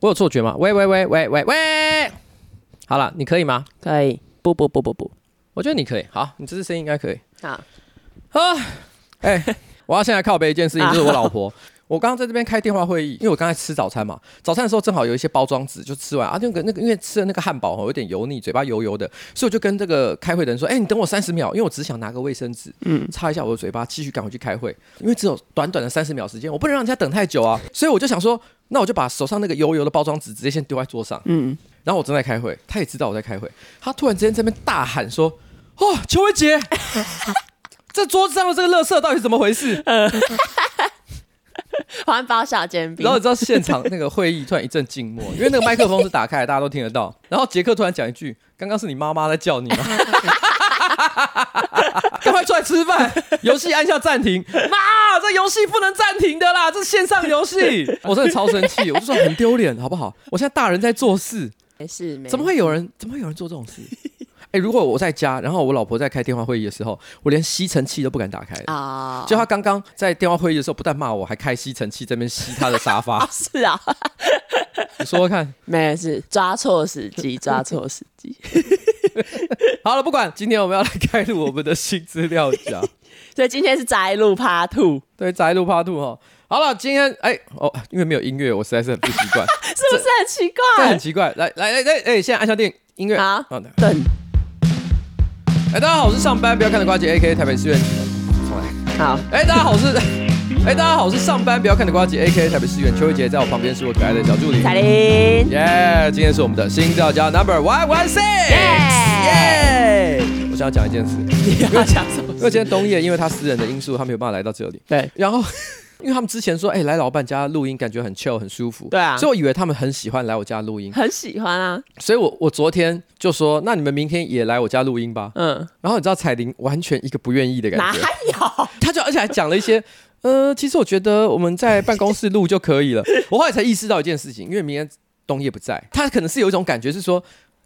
我有错觉吗？喂喂喂喂喂喂，好了，你可以吗？可以，不不不不不，我觉得你可以。好，你这次声音应该可以。好，啊，哎、我要先来靠背一件事情， 啊就是我老婆。我刚刚在这边开电话会议，因为我刚才吃早餐嘛，早餐的时候正好有一些包装纸，就吃完啊，那个那个，因为吃的那个汉堡哦有点油腻，嘴巴油油的，所以我就跟这个开会的人说，哎、你等我三十秒，因为我只想拿个卫生纸，嗯，擦一下我的嘴巴，继续赶回去开会，因为只有短短的三十秒时间，我不能让人家等太久啊，所以我就想说，那我就把手上那个油油的包装纸直接先丢在桌上，嗯，然后我正在开会，他也知道我在开会，他突然之间在那边大喊说：“哦，邱薇姐，这桌子上的这个垃圾到底怎么回事环保小煎？”饼然后你知道现场那个会议突然一阵静默，因为那个麦克风是打开的，大家都听得到。然后杰克突然讲一句：“刚刚是你妈妈在叫你吗？”赶快出来吃饭！游戏按下暂停。妈，这游戏不能暂停的啦，这是线上游戏。我真的超生气，我就说很丢脸，好不好？我现在大人在做事，没事没事，怎么会有人怎么会有人做这种事？哎、如果我在家，然后我老婆在开电话会议的时候，我连吸尘器都不敢打开。啊？。就她刚刚在电话会议的时候，不但骂我，还开吸尘器在那边吸她的沙发是啊，你说说看。没事，抓错时 机，抓错时机，好了，不管，今天我们要来开录我们的新资料夹，所以今天是宅路趴兔，对，宅录趴兔哈。好了，今天哎、哦，因为没有音乐，我实在是很不习惯，是不是很奇这很怪？奇怪。来来来来，哎、现在按下电音乐。好好的。等，哎、大家好，我是上班不要看的瓜姐，A K 台北市院。重来。好，哎、大家好，我是 哎、大家好，我是上班不要看的瓜姐 A K 台北市员邱慧杰，在我旁边是我可爱的小助理。彩铃，耶今天是我们的新造家 Number One One Six。耶耶！我想要讲一件事，你要讲什么因为今天冬叶因为他私人的因素，他没有办法来到这里。对，然后， 因为他们之前说，哎、来老伴家录音，感觉很 chill 很舒服。对啊所以我以为他们很喜欢来我家录音，很喜欢啊，所以我我昨天就说，那你们明天也来我家录音吧。嗯，然后你知道彩玲完全一个不愿意的感哪觉，有？他就而且还讲了一些， 呃，其实我觉得我们在办公室录就可以了。 我后来才意识到一件事情，因为明天冬叶不在，他可能是有一种感觉是说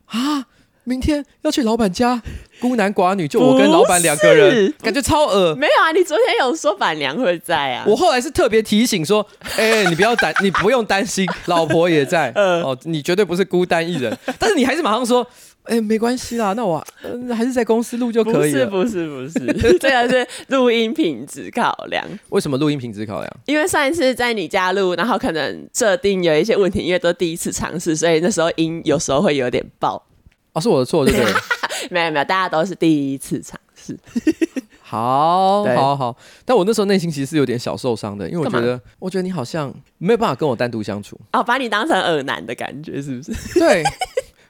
啊。明天要去老板家，孤男寡女，就我跟老板两个不人是，感觉超恶。没有啊，你昨天有说板娘会在啊？我后来是特别提醒说， 哎、你不要担，你不用担心， 老婆也在，嗯哦，你绝对不是孤单一 人。但是你还是马上说，哎、没关系啦，那我、呃还是在公司录就不可以是了。不是不 是，这个是录音品质考量。为什么录音品质考量？因为上一次在你家录，然后可能设定有一些问题，因为都第一次尝试，所以那时候音有时候会有点爆。哦，是我的错，对不 对了？没有没有，大家都是第一次尝试。好，对好，好。但我那时候内心其实是有点小受伤的，因为我觉干嘛得，我觉得你好像没有办法跟我单独相处。哦，把你当成耳男的感觉是不是？对，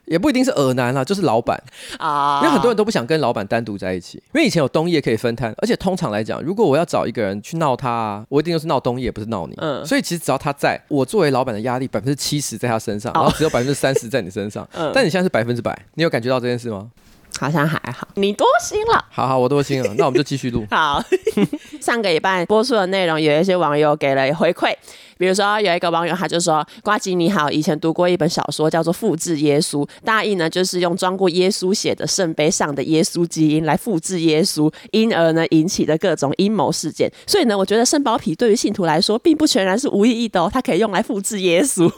也不一定是耳男啦，就是老板，啊、因为很多人都不想跟老板单独在一起。因为以前有冬夜可以分摊，而且通常来讲，如果我要找一个人去闹他啊，我一定就是闹冬夜，不是闹你。嗯所以其实只要他在，我作为老板的压力百分之七十在他身上，然后只有百分之三十在你身 上。哦嗯但你现在是百分之百，你有感觉到这件事吗？好像还好，你多心了。好好，我多心了， 那我们就继续录。好， 上个礼拜播出的内容，有一些网友给了回馈，比如说有一个网友他就说：“瓜吉你好，以前读过一本小说叫做《复制耶稣》，大意呢就是用装过耶稣血的圣杯上的耶稣基因来复制耶稣，因而呢引起的各种阴谋事件。所以呢，我觉得圣保皮对于信徒来说，并不全然是无意义的哦，它可以用来复制耶稣。”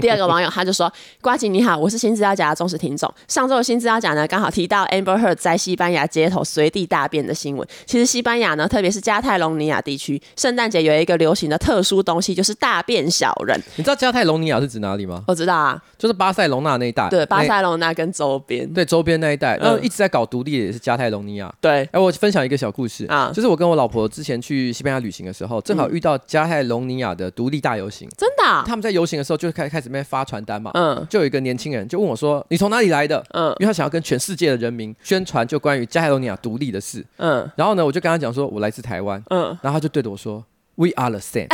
第二个网友他就说：“瓜吉你好，我是新资料夹的忠实听众。上周的新资料夹呢，刚好提到 Amber Heard 在西班牙街头随地大便的新闻。其实西班牙呢，特别是加泰隆尼亚地区，圣诞节有一个流行的特殊东西，就是大便小人。你知道加泰隆尼亚是指哪里吗？我知道啊，就是巴塞隆纳那一带。对，巴那塞罗那跟周边，对周边那一带，然后嗯一直在搞独立的也是加泰隆尼亚。对，哎，我分享一个小故事啊嗯就是我跟我老婆之前去西班牙旅行的时候，正好遇到加泰隆尼亚的独立大游行。真的啊、他们在游行的时候就开开始在那边发传单嘛，嗯就有一个年轻人就问我说：“你从哪里来的？”嗯因为他想要跟全世界的人民宣传就关于加泰隆尼亚独立的事。嗯然后呢，我就跟他讲说：“我来自台湾。”嗯，然后他就对着我说：“We are the same。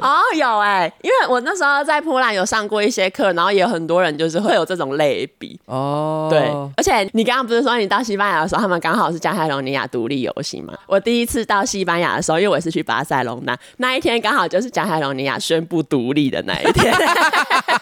哦，有哎、因为我那时候在波兰有上过一些课，然后也有很多人就是会有这种类比。”哦，对，而且你刚刚不是说你到西班牙的时候，他们刚好是加泰隆尼亚独立游行嘛？我第一次到西班牙的时候，因为我是去巴塞隆那，那一天刚好就是加泰隆尼亚宣布独立的那一天，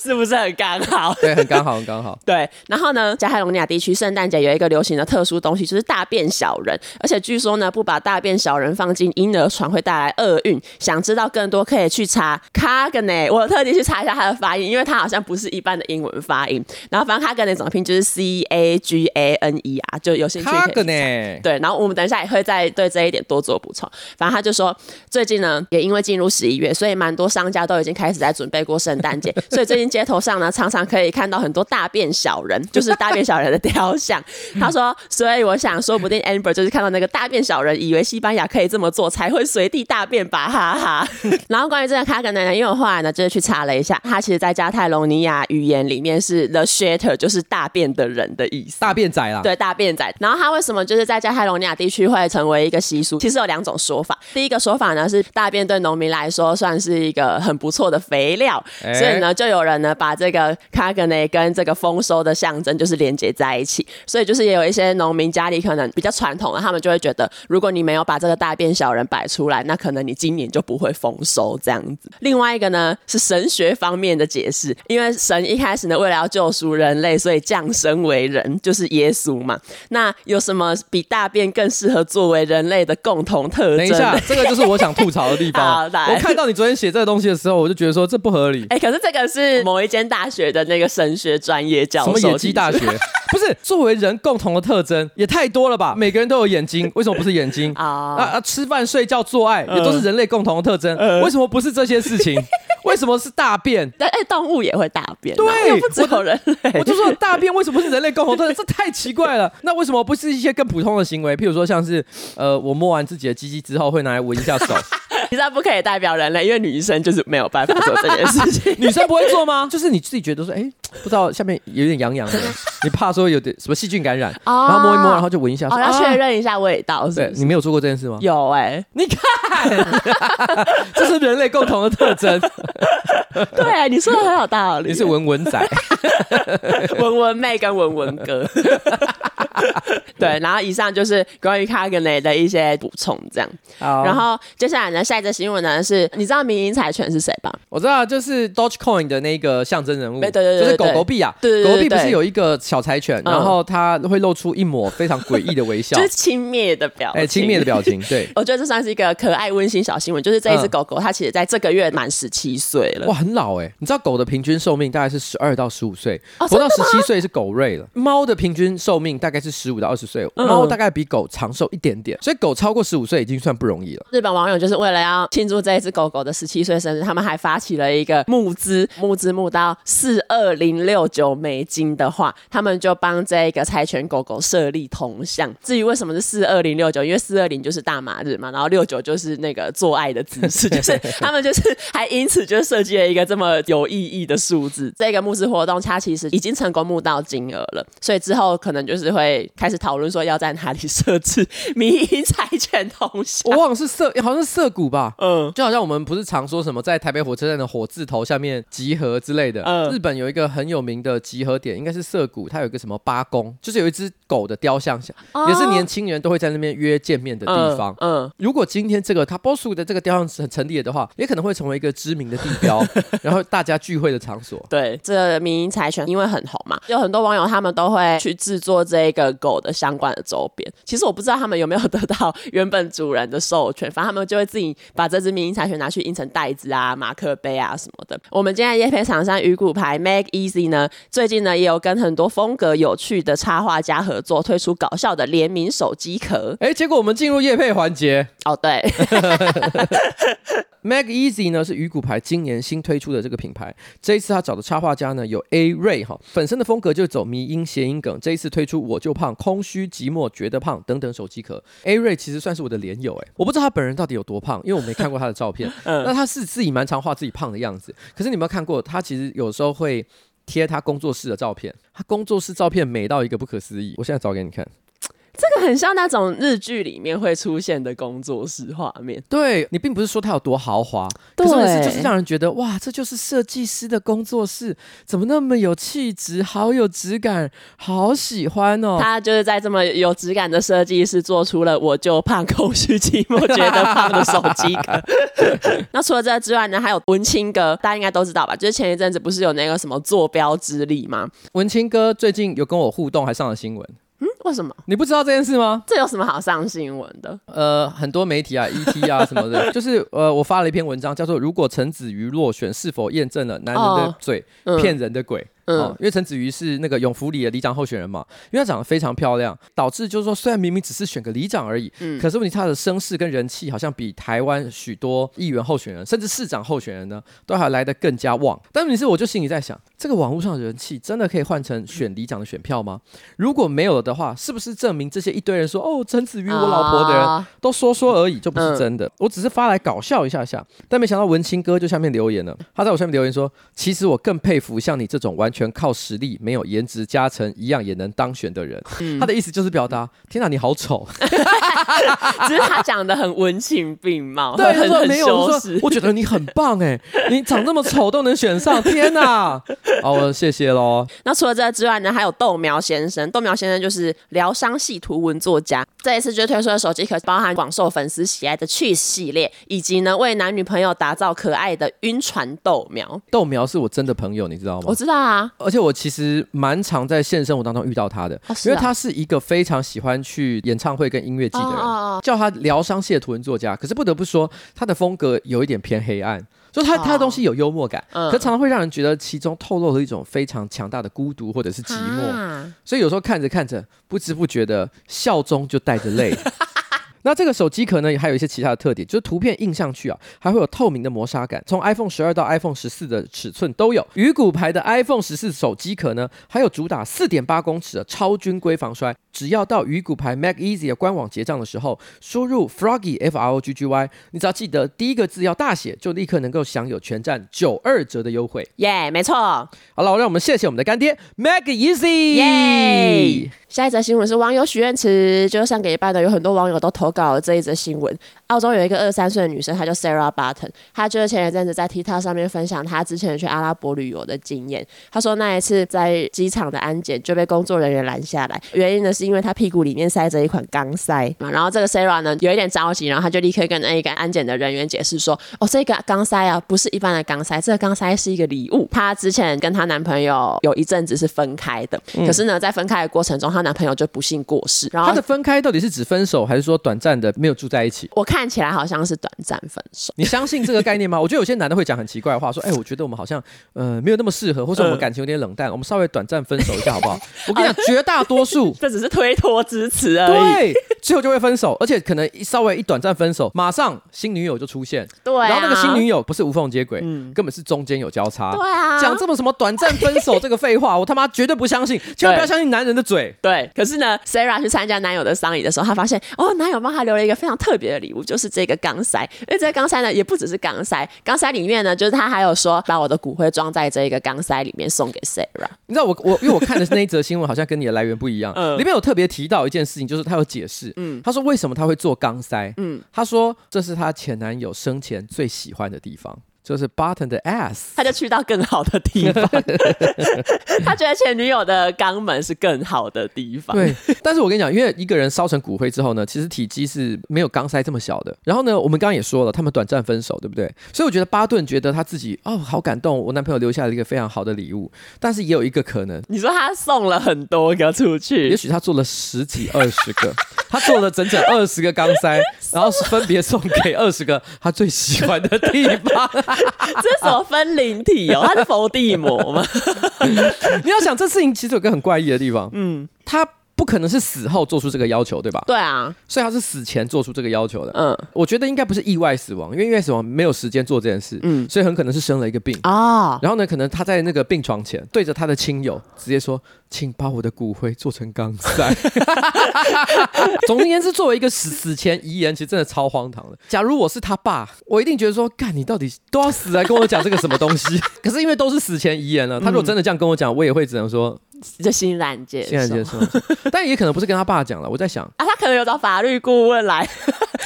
是不是很刚好？对，很刚好，很 刚好。对，然后呢，加泰隆尼亚地区圣诞节有一个流行的特殊东西，就是大便小人，而且据说呢，不把大便小人放进婴儿床会带来厄运。想知知道更多，可以去查 Kagane。我特地去查一下它的发音，因为它好像不是一般的英文发音。然后反正 Kagane 怎么拼就是 C A G A N E 啊，就有兴趣卡可以个去呢查。？对，然后我们等一下也会再对这一点多做补充。反正他就说，最近呢，也因为进入十一月，所以蛮多商家都已经开始在准备过圣诞节，所以最近街头上呢，常常可以看到很多大便小人，就是大便小人的雕像。他说，所以我想，说不定 Amber 就是看到那个大便小人，以为西班牙可以这么做，才会随地大便吧，哈哈。 然后关于这个卡格奶奶，因为我后来呢就是去查了一下，它其实在加泰隆尼亚语言里面是 the shitter，就是大便的人的意思。大便仔啦，对，大便仔。然后他为什么就是在加泰罗尼亚地区会成为一个习俗？其实有两种说法。第一个说法呢是，大便对农民来说算是一个很不错的肥料，哎所以呢，就有人呢把这个 k a g a n e 跟这个丰收的象征就是连接在一起。所以就是也有一些农民家里可能比较传统的，他们就会觉得，如果你没有把这个大便小人摆出来，那可能你今年就不会丰收这样子。另外一个呢是神学方面的解释，因为神一开始呢为了要救赎人类，所以降生为人，就是耶稣嘛。那有什么比大便更适合作为人类的共同特等征一呢？下，这个就是我想吐槽的地 好方。来我看到你昨天写这个东西的时候，我就觉得说这不合理。 哎、可是这个是某一间大学的那个神学专业教什授么提出的，野鸡大 学？不是作为人共同的特征也太多了吧？每个人都有眼 睛，为什么不是眼睛？啊嗯啊啊！吃饭、睡觉、做爱也都是人类共同的特征，为什么不是这些事 情？为什么是大便？但哎、动物也会大便、啊，对又不只有人类。我就说大便为什么不是人类共同特征？ 这太奇怪了。那为什么不是一些更普通的行为？譬如说像是呃，我摸完自己的鸡鸡之后会拿来闻一下 手，。你知道不可以代表人类，因为女生就是没有办法做这件事情 女生不会做吗？ 就是你自己觉得说，哎、不知道下面有点痒痒 的，你怕说有点什么细菌感染，哦然后摸一摸，啊然后就闻一下，哦，说要确。啊认一下味道是对不是？你没有做过这件事吗？有哎、你看，这是人类共同的特征。 对，啊你说的很有道理。 你是文文仔，文文妹跟文文 哥。对，然后以上就是关于 Kagane 的一些补充，这样。然然后接下来呢，下一则新闻呢是，你知道民营财权是谁吧？我知道，就是 Dogecoin 的那个象征人物，对对对对就是狗对狗币啊。对对对狗狗币不对是有一个小柴犬，嗯然后它会露出一抹非常诡异的微笑 就，是轻蔑的表情，嗯哎，轻蔑的表情，对， 我觉得这算是一个可爱温馨小新闻，就是这一只狗狗，它其实在这个月满十七岁了。哇，很老哎、你知道狗的平均寿命大概是十二到十五岁，哦活到十七岁是狗瑞了。猫的平均寿命大概是十五到二十岁，嗯猫大概比狗长寿一点点，所以狗超过十五岁已经算不容易了。日本网友就是为了要庆祝这一只狗狗的十七岁生日，他们还发起了一个募资，募资募到四二零六九美金的话，他们就帮这个柴犬狗狗设立铜像。至于为什么是四二零六九，因为四二零就是大马日嘛，然后六九就是那个做爱的姿势，就是他们就是还因此就设计了一个这么有意义的数字。这个募资活动它其实已经成功募到金额了，所以之后可能就是会开始讨论说要在哪里设置民营柴犬铜像我。忘了是涩，好像是涩谷吧。嗯，就好像我们不是常说什么在台北火车站的火字头下面集合之类的，嗯日本有一个很有名的集合点，应该是涩谷，它有一个什么八公，就是有一只狗的雕像，也是年轻人都会在那边约见面的地方。嗯，嗯如果今天这个卡波苏的这个雕像成成立了的话，也可能会成为一个知名的地 标，然后大家聚会的场所。对，这个民营财权因为很红嘛，有很多网友他们都会去制作这个狗的相关的周边。其实我不知道他们有没有得到 原本主人的授权，反正他们就会自己把这只民营财权拿去印成袋子啊、马克杯啊什么的。我们今天的夜配厂商鱼骨牌 Make Easy 呢，最近呢也有跟很多风格有趣的插画家合作，推出搞笑的联名手机壳。哎，结果我们进入夜配环节。哦，对， Mag Easy 呢是鱼骨牌今年新推出的这个品牌，这一次他找的插画家呢有 A Ray 哈，本身的风格就走迷音谐音梗，这一次推出我就胖、空虚、寂寞、觉得胖等等手机壳。A Ray 其实算是我的连友哎，我不知道他本人到底有多胖，因为我没看过他的照片。那他是自己蛮常画自己胖的样子，可是你有没有看过他其实有时候会贴他工作室的照片，他工作室照片美到一个不可思议，我现在找给你看。这个很像那种日剧里面会出现的工作室画面。对你并不是说它有多豪华，可对是问题是就是让人觉得哇，这就是设计师的工作室，怎么那么有气质，好有质感，好喜欢哦。他就是在这么有质感的设计师做出了我就胖、空虚、寂寞、觉得胖的手机壳。 那除了这之外呢，还有文青哥，大家应该都知道吧？就是前一阵子不是有那个什么坐标之力吗？文青哥最近有跟我互动，还上了新闻。嗯为什么？你不知道这件事吗？这有什么好上新闻的？呃，很多媒体啊、ET 啊什么的，就是呃，我发了一篇文章，叫做《如果陈子瑜落选，是否验证了男人的哦嘴嗯骗、人的鬼》嗯哦因为陈子瑜是那个永福里的里长候选人嘛，因为她长得非常漂亮，导致就是说，虽然明明只是选个里长而已，嗯可是问题她的声势跟人气好像比台湾许多议员候选人，甚至市长候选人呢，都还来得更加旺。但问题是，我就心里在想，这个网络上的人气真的可以换成选里长的选票吗？如果没有的话，是不是证明这些一堆人说哦，陈子瑜我老婆的人啊都说说而已，就不嗯是真的。我只是发来搞笑一下下，但没想到文青哥就下面留言了，他在我下面留言说：“其实我更佩服像你这种完全靠实力、没有颜值加成一样也能当选的人。嗯他的意思就是表达：“天哪，你好 丑！”只是他讲的很文情并 茂，对，啊他很说很没有，我羞说耻。我觉得你很棒哎，你长那么丑都能选 上，天哪！好，我谢谢喽。那除了这之外呢，还有豆苗先生。豆苗先生就是疗伤系图文作家，这一次就推出了手机壳，包含广受粉丝喜爱的 Cheese 系列，以及呢为男女朋友打造可爱的晕船豆苗。豆苗是我真的朋友，你知道吗？我知道啊，而且我其实蛮常在现实生活当中遇到他的，哦是啊因为他是一个非常喜欢去演唱会跟音乐季的人，哦哦叫他疗伤系的图文作家。可是不得不说，他的风格有一点偏黑暗，就是他、哦他的东西有幽默感，嗯可常常会让人觉得其中透露了一种非常强大的孤独或者是寂寞。啊所以有时候看着看着，不知不觉的笑中就带着泪。那这个手机壳呢，还有一些其他的特点，就是图片印上去啊，还会有透明的磨砂感，从 iPhone 十二到 iPhone 十四的尺寸都有。鱼骨牌的 iPhone 十四手机壳呢，还有主打四点八公尺的超军规防摔，只要到鱼骨牌 Mac Easy 的官网结账的时候，输入 Froggy F R O G G Y，你只要记得第一个字要大写，就立刻能够享有全站九二折的优惠。耶没错，好了，让我们谢谢我们的干爹 Mac Easy。耶！下一则新闻是网友许愿池，就是上个礼拜呢，有很多网友都投稿了这一则新闻。澳洲有一个二十三岁的女生，她叫 Sarah Button，她就是前一阵子在 TikTok 上面分享她之前去阿拉伯旅游的经验。她说那一次在机场的安检就被工作人员拦下来，原因呢是因为她屁股里面塞着一款钢塞嘛。然后这个 Sarah 呢有一点着急，然后她就立刻跟那一个安检的人员解释说：“哦，这个钢塞啊不是一般的钢塞，这个钢塞是一个礼物。她之前跟她男朋友有一阵子是分开的，可是呢在分开的过程中，她男朋友就不幸过世，然后他的分开到底是指分手，还是说短暂的没有住在一起？我看起来好像是短暂分手。”你相信这个概念 吗？我觉得有些男的会讲很奇怪的话，说：“哎、我觉得我们好像呃没有那么适合，或者我们感情有点冷淡，我们稍微短暂分手一下好 不好？”我跟你讲，绝大多数这只是推脱之词而已。对最后就会分手，而且可能一稍微一短暂分手，马上新女友就出现，对啊嗯然后那个新女友不是无缝接轨，根本是中间有交叉。对啊，讲这么什么短暂分手这个废话，我他妈绝对不相信，千万不要相信男人的嘴。对。可是呢，Sarah 去参加男友的丧礼的时候，她发现哦，男友帮她留了一个非常特别的礼物，就是这个钢塞。因为这个钢塞呢，也不只是钢塞，钢塞里面呢，就是他还有说把我的骨灰装在这个钢塞里面送给 Sarah。你知道我我因为我看的是那一则新闻，好像跟你的来源不一样。嗯里面有特别提到一件事情，就是他有解释，他说为什么他会做钢塞，他说这是他前男友生前最喜欢的地方，就是 button 的 ass。他就去到更好的地 方，他觉得前女友的肛门是更好的地方。对，但是我跟你讲，因为一个人烧成骨灰之后呢，其实体积是没有钢塞这么小的。然后呢，我们刚刚也说了，他们短暂分手，对不对？所以我觉得巴顿觉得他自己哦，好感动，我男朋友留下了一个非常好的礼物。但是也有一个可能，你说他送了很多个出也 去，许他做了十几、二十个，他做了整整二十个钢塞，然后分别送给二十个他最喜欢的地方。 这是什么分灵体哦？他是伏地魔吗？你要想，这事情其实有个很怪异的地方，嗯，他不可能是死后做出这个要求，对吧？ 对啊，所以他是死前做出这个要求的。嗯，我觉得应该不是意外死亡，因为意外死亡没有时间做这件事，嗯，所以很可能是生了一个病。哦，然后呢，可能他在那个病床前对着他的亲友直接说：“请把我的骨灰做成钢 塞。” 总而言之，作为一个死死前遗言，其实真的超荒唐的。假如我是他爸，我一定觉得说：“干，你到底都要死来跟我讲这个什么东西？” 可是因为都是死前遗言啊了，他嗯如果真的这样跟我讲，我也会只能说就欣然接受。欣然 接受。但也可能不是跟他爸讲了，我在想，啊，他可能有找法律顾问来，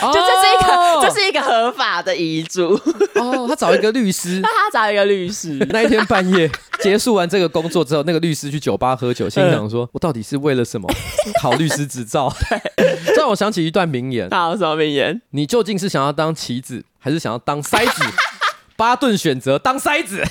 就就这是一个、这是一个合法的遗嘱，哦，他找一个律师。那他找一个律师， 那一天半夜结束完这个工作之后，那个律师去酒吧喝酒，心嗯想说：“我到底是为了 什么考律师执照？” 这让我想起一段名言：他有什么名言？你究竟是想要当棋子，还 是想要当筛子？巴顿选择当筛子，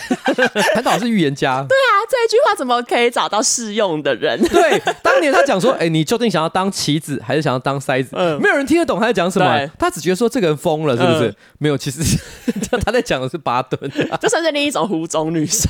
韩导是预言家，对对啊，这一句话怎么可以找到适用的人？ 对，当年他讲说，哎、你究竟想要当棋子还是想要当塞子？嗯没有人听得懂他在讲什么啊对，他只觉得说这个人疯了，是不是？嗯没有，其实 他在讲的是巴 顿，这算是另一种湖中女神。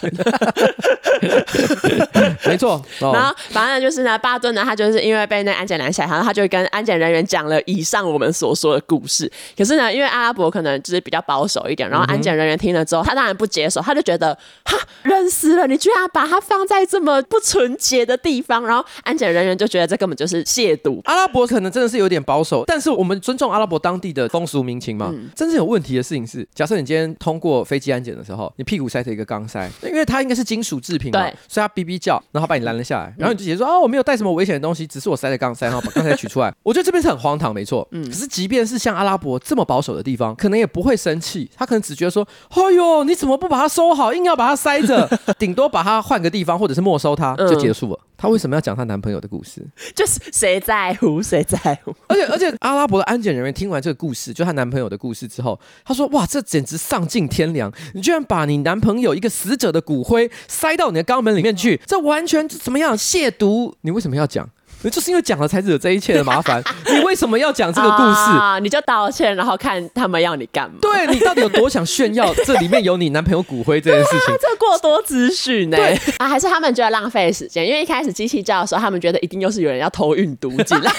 没错。然哦，后反正就是呢，巴顿呢，他就是因为被那安检拦下来，然后他就跟安检人员讲了以上我们所说的故事。可是呢，因为阿拉伯可能就是比较保守一点，然后安检人员听了之后，他当然不接受，他就觉得哈人死了，你居然把他放在这么不纯洁的地方，然后安检人员就觉得这根本就是亵渎。阿拉伯可能真的是有点保守，但是我们尊重阿拉伯当地的风俗民情嘛。真正有问题的事情是，假设你今天通过飞机安检的时候，你屁股塞着一个钢塞，因为它应该是金属制品嘛，对所以它哔哔叫，然后它把你拦了下来，然后你就直接说、哦，我没有带什么危险的东西，只是我塞了钢塞，然后把钢塞取出来。我觉得这边是很荒唐，没错。可是即便是像阿拉伯这么保守的地方，可能也不会生气，他可能只觉得说，哎呦，你怎么不把它收好，硬要把它塞着，顶多把它换个地方或者是没收它就结束了。她为什么要讲她男朋友的故事？就是谁在乎谁在乎，而且而且，阿拉伯的安检人员听完这个故事，就她男朋友的故事之后，她说：“哇，这简直丧尽天良！你居然把你男朋友一个死者的骨灰塞到你的肛门里面去， 这完全怎么样亵渎？你为什么要讲？你就是因为讲了才惹这一切的麻烦。你为什么要讲这个故事？啊，你就道歉，然后看他们要你干嘛。对你到底有多想炫耀这里面有你男朋友骨灰这件事 情？这过多资讯呢对？啊，还是他们觉得浪费时间？因为一开始机器叫的时候，他们觉得一定又是有人要偷运毒进来，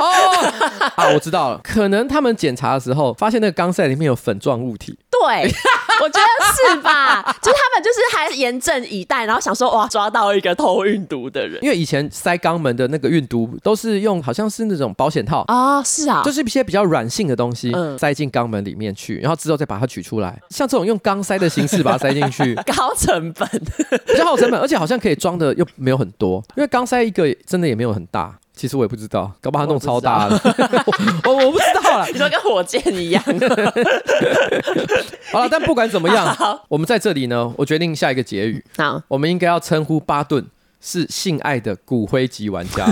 哦，啊，我知道了，可能他们检查的时候发现那个钢塞里面有粉状物体。” 对，我觉得是吧？ 就是他们就是还严阵以待，然后想说哇，抓到一个偷运毒的人因为以前塞肛门的那个运毒都是用好像是那种保险套，哦，是啊，就是一些比较软性的东西嗯塞进肛门里面去，然后之后再把它取出来。像这种用钢塞的形式把它塞进 去，高成本，比较好成本，而且好像可以装的又没有很多，因为钢塞一个真的也没有很大。其实我也不知道，搞不好它弄超大的， 我我不知道啦。 你说跟火箭一 样，好了，但不管怎么样好，我们在这里呢，我决定下一个结语，好。我们应该要称呼巴顿是性爱的骨灰级玩 家。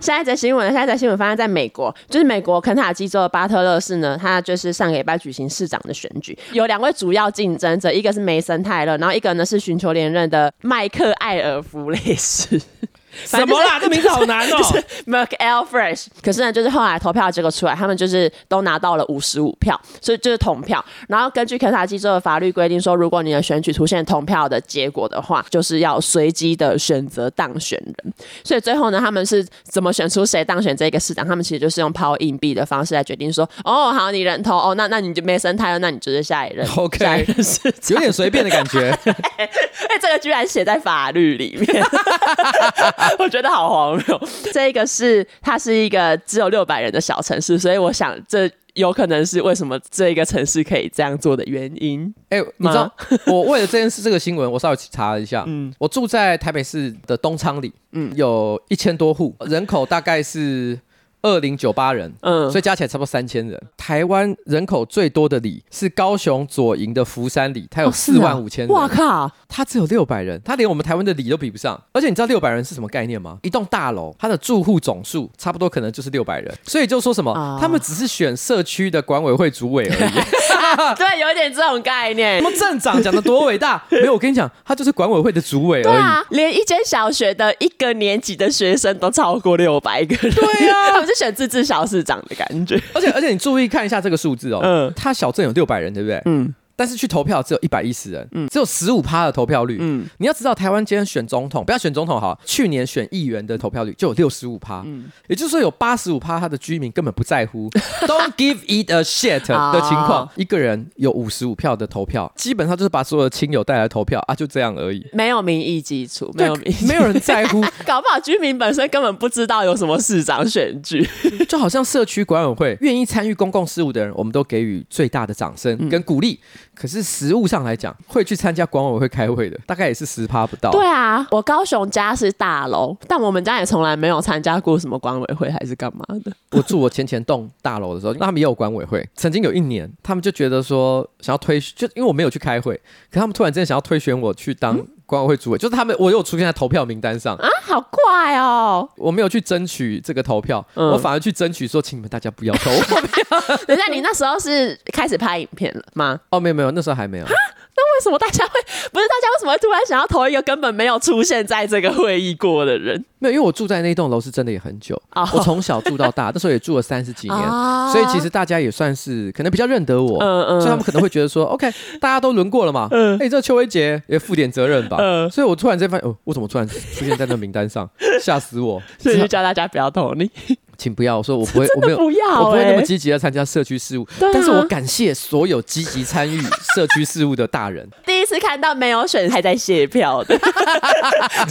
下一则新闻，下一则新闻发生在美国，就是美国肯塔基州的巴特勒市呢，它就是上个礼拜举行市长的选举，有两位主要竞争者，一个是梅森泰勒，然后一个呢是寻求连任的麦克艾尔弗雷斯。什么啦？这名字好难 哦、 m c a l Fresh。可是呢，就是后来投票结果出来，他们就是都拿到了五十五票，所以就是统票。然后根据肯塔基州的法律规定说，如果你的选举出现统票的结果的话，就是要随机的选择当选人。所以最后呢，他们是怎么选出谁当选这个市长？他们其实就是用抛硬币的方式来决定说，哦，好，你人头，哦，那那你就没生态了，那你就是下一任 OK 下一任市有长。点随便的感觉。 哎、这个居然写在法律里面， 我觉得好荒谬。这个是它是一个只有六百人的小城市，所以我想这有可能是为什么这一个城市可以这样做的原因。哎、你吗知道 我为了这件事这个新闻，我稍微去查了一下。嗯，我住在台北市的东昌里，嗯，有一千多户，人口大概是二零九八人，嗯所以加起来差不多三千人。台湾人口最多的里是高雄左营的福山里，它有哦是四啊万五千人。哇靠！它只有六百人，它连我们台湾的里都比不上。而且你知道六百人是什么概念吗？一栋大楼它的住户总数差不多可能就是六百人，所以就说什么、啊他们只是选社区的管委会主委而已。对，有一点这种概念什。么镇长讲的多伟 大？没有，我跟你讲，他就是管委会的主委对而已。啊，连一间小学的一个年级的学生都超过六百个人，对啊 他们是选自治小市长的感觉。而且而且，你注意看一下这个数字哦，嗯他小镇有六百人，对不对？嗯但是去投票只有一百一十人，只有十五趴的投票率。嗯你要知道，台湾今天选总统，不要选总统好，去年选议员的投票率就有六十五趴，嗯也就是说有八十五趴他的居民根本不在 乎，Don't give it a shit 哦的情况，一个人有五十五票的投票，基本上就是把所有的亲友带来投票啊，就这样而已，没有民意基础，没有民对意基础，没有人在乎，搞不好居民本身根本不知道有什么市长选举。就好像社区管委会愿意参与公共事务的人，我们都给予最大的掌嗯声跟鼓励。可是实务上来讲，会去参加管委会开会的，大概也是十趴不到。对啊，我高雄家是大楼，但我们家也从来没有参加过什么管委会还是干嘛的。我住我前前栋大楼的时候，那他们也有管委会。曾经有一年，他们就觉得说想要推，就因为我没有去开会，可他们突然之间想要推选我去当管委会主委，就是他们我有出现在投票名单上。嗯啊，好怪哦！我没有去争取这个投票，嗯我反而去争取说，请你们大家不要投我。 等一下，你那时候是开始拍影片了吗？哦，没有没有，那时候还没有。那为什么大家会不是大家为什么会突然想要投一个根本没有出现在这个会议过的人？没有，因为我住在那栋楼是真的也很久，哦我从小住到 大，那时候也住了三十几年，啊所以其实大家也算是可能比较认得我，嗯嗯所以他们可能会觉得说，OK，大家都轮过了嘛，哎、嗯这邱威杰也负点责任吧，嗯所以我突然间发现，哦，我怎么突然出现在那名单 上，吓死我！所以就叫大家不要投你，请不要，我说我不会，我没有，不要、欸，我不会那么积极的参加社区事务，对啊但是我感谢所有积极参与社区事务的大人， 第一次看到没有选还在谢票的，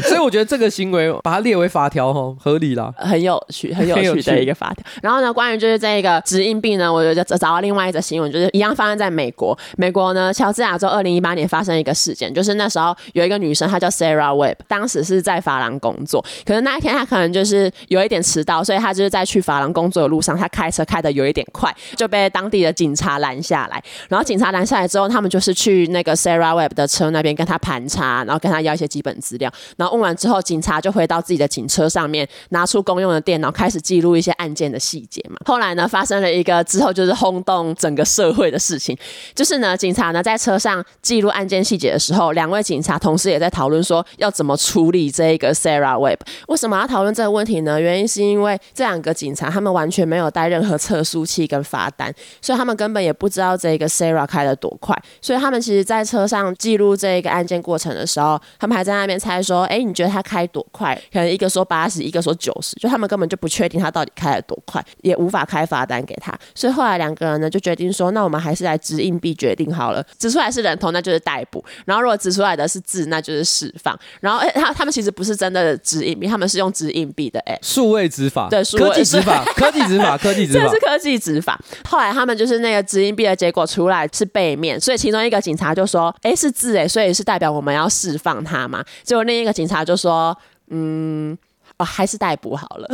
所以我觉得这个行为把它列为法条哈，合理啦。很有趣，很有很有趣的趣一个法条。然后呢，关于就是这一个直硬病呢，我就找到另外一则新闻，就是一样发生在美国。美国呢，乔治亚州二零一八年发生一个事件，就是那时候有一个女生，她叫 Sarah Webb，当时是在发廊工作，可是那一天她可能就是有一点迟到，所以她就是在去发廊工作的路上，她开车开的有一点快，就被当地的警察拦下来。然后警察拦下来之后，他们就是去那个 Sarah Webb 的车那边跟她盘查，然后跟她要一些基本资料。然后问完之后，警察就回到自己的警车上面，拿出公用的电脑，开始记录一些案件的细节嘛。后来呢，发生了一个之后就是轰动整个社会的事情，就是呢，警察呢在车上记录案件细节的时候，两位警察同时也在讨论说要怎么处理这个 Sarah Webb。为什么要讨论这个问题呢？原因是因为这两个警察他们完全没有带任何测速器跟罚单，所以他们根本也不知道这个 Sarah 开的多快，所以他们其实在车上记录这个案件过程的时候，他们还在那边猜说，哎，你觉得他开多快？可能一个说八十，一个说九十，就他们根本就不确定他到底开了多快，也无法开罚单给他，所以后来两个人呢就决定说，那我们还是来掷硬币决定好了，指出来是人头那就是逮捕，然后如果指出来的是字那就是释放，然后哎，他他们其实不是真的掷硬币，他们是用掷硬币的 app。数位执法，对数位科技执 法，科技执法，科技执这法是。科技执法。后来他们就是那个掷硬币的结果出来是背面，所以其中一个警察就说：“诶，是字诶，所以是代表我们要释放他嘛。”结果另一个警察就说：“嗯，哦，还是逮捕好了。”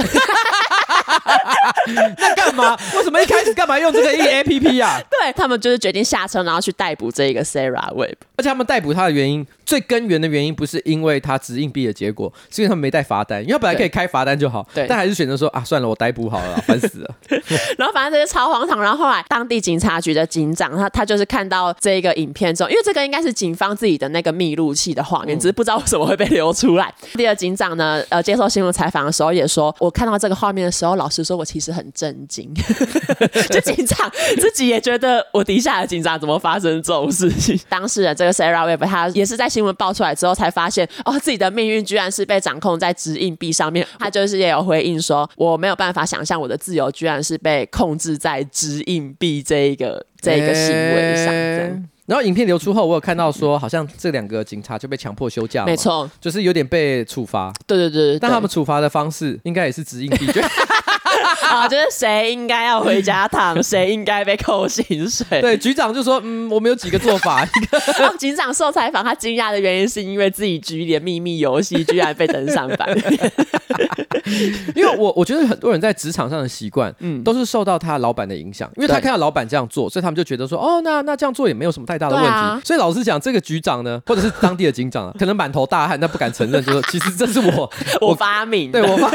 那干嘛？ 为什么一开始干嘛用这 个 E A P P 啊呀？对他们就是决定下车，然后去逮捕这个 Sarah Webb。而且他们逮捕他的原因，最根源的原因不是因为他掷硬币的结果，是因为他们没带罚单，因为他本来可以开罚单就好，对但还是选择说啊，算了，我逮捕好了啦，烦死了。然后反正这是超荒唐。然后后来当地警察局的警长，他他就是看到这个影片之后，因为这个应该是警方自己的那个密录器的画面，只是不知道为什么会被流出来。第二警长呢，呃，接受新闻采访的时候也说，我看到这个画面的时候，老实说，我其实很震惊。 就警长自己也觉得，我底下的警察怎么发生这种事情？当事人这个 Sarah Webb，他也是在新闻爆出来之后才发现，哦，自己的命运居然是被掌控在掷硬币上面。他就是也有回应说，我没有办法想象我的自由居然是被控制在掷硬币这一个 这一个行为上。这样欸然后影片流出后，我有看到说，好像这两个警察就被强迫休假，没，错，就是有点被处罚，对对对对对，但他们处罚的方式应该也是掷硬币， 就啊，就是谁应该要回 家躺，谁应该被扣薪水。对局长就说，嗯，我们有几个做法，一个哦，警长受采访，他惊讶的原因是因为自己局里的秘密游戏居然被登上版。因为我我觉得很多人在职场上的习惯，嗯，都是受到他老板的影响，因为他对看到老板这样做，所以他们就觉得说，哦，那那这样做也没有什么太大的问题。对啊所以老实讲，这个局长呢，或者是当地的警长啊，可能满头大汗，但不敢承认，就说其实这是 我，我发明的对我发，